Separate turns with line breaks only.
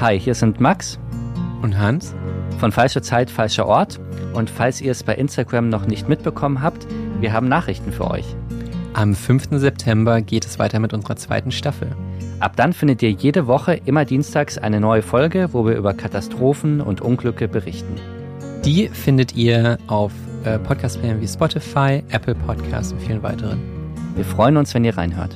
Hi, hier sind Max
Und Hans?
von Falsche Zeit, Falscher Ort. Und falls ihr es bei Instagram noch nicht mitbekommen habt, wir haben Nachrichten für euch.
Am 5. September geht es weiter mit unserer zweiten Staffel.
Ab dann findet ihr jede Woche immer dienstags eine neue Folge, wo wir über Katastrophen und Unglücke berichten.
Die findet ihr auf äh, Podcast-Playern wie Spotify, Apple Podcasts und vielen weiteren.
Wir freuen uns, wenn ihr reinhört.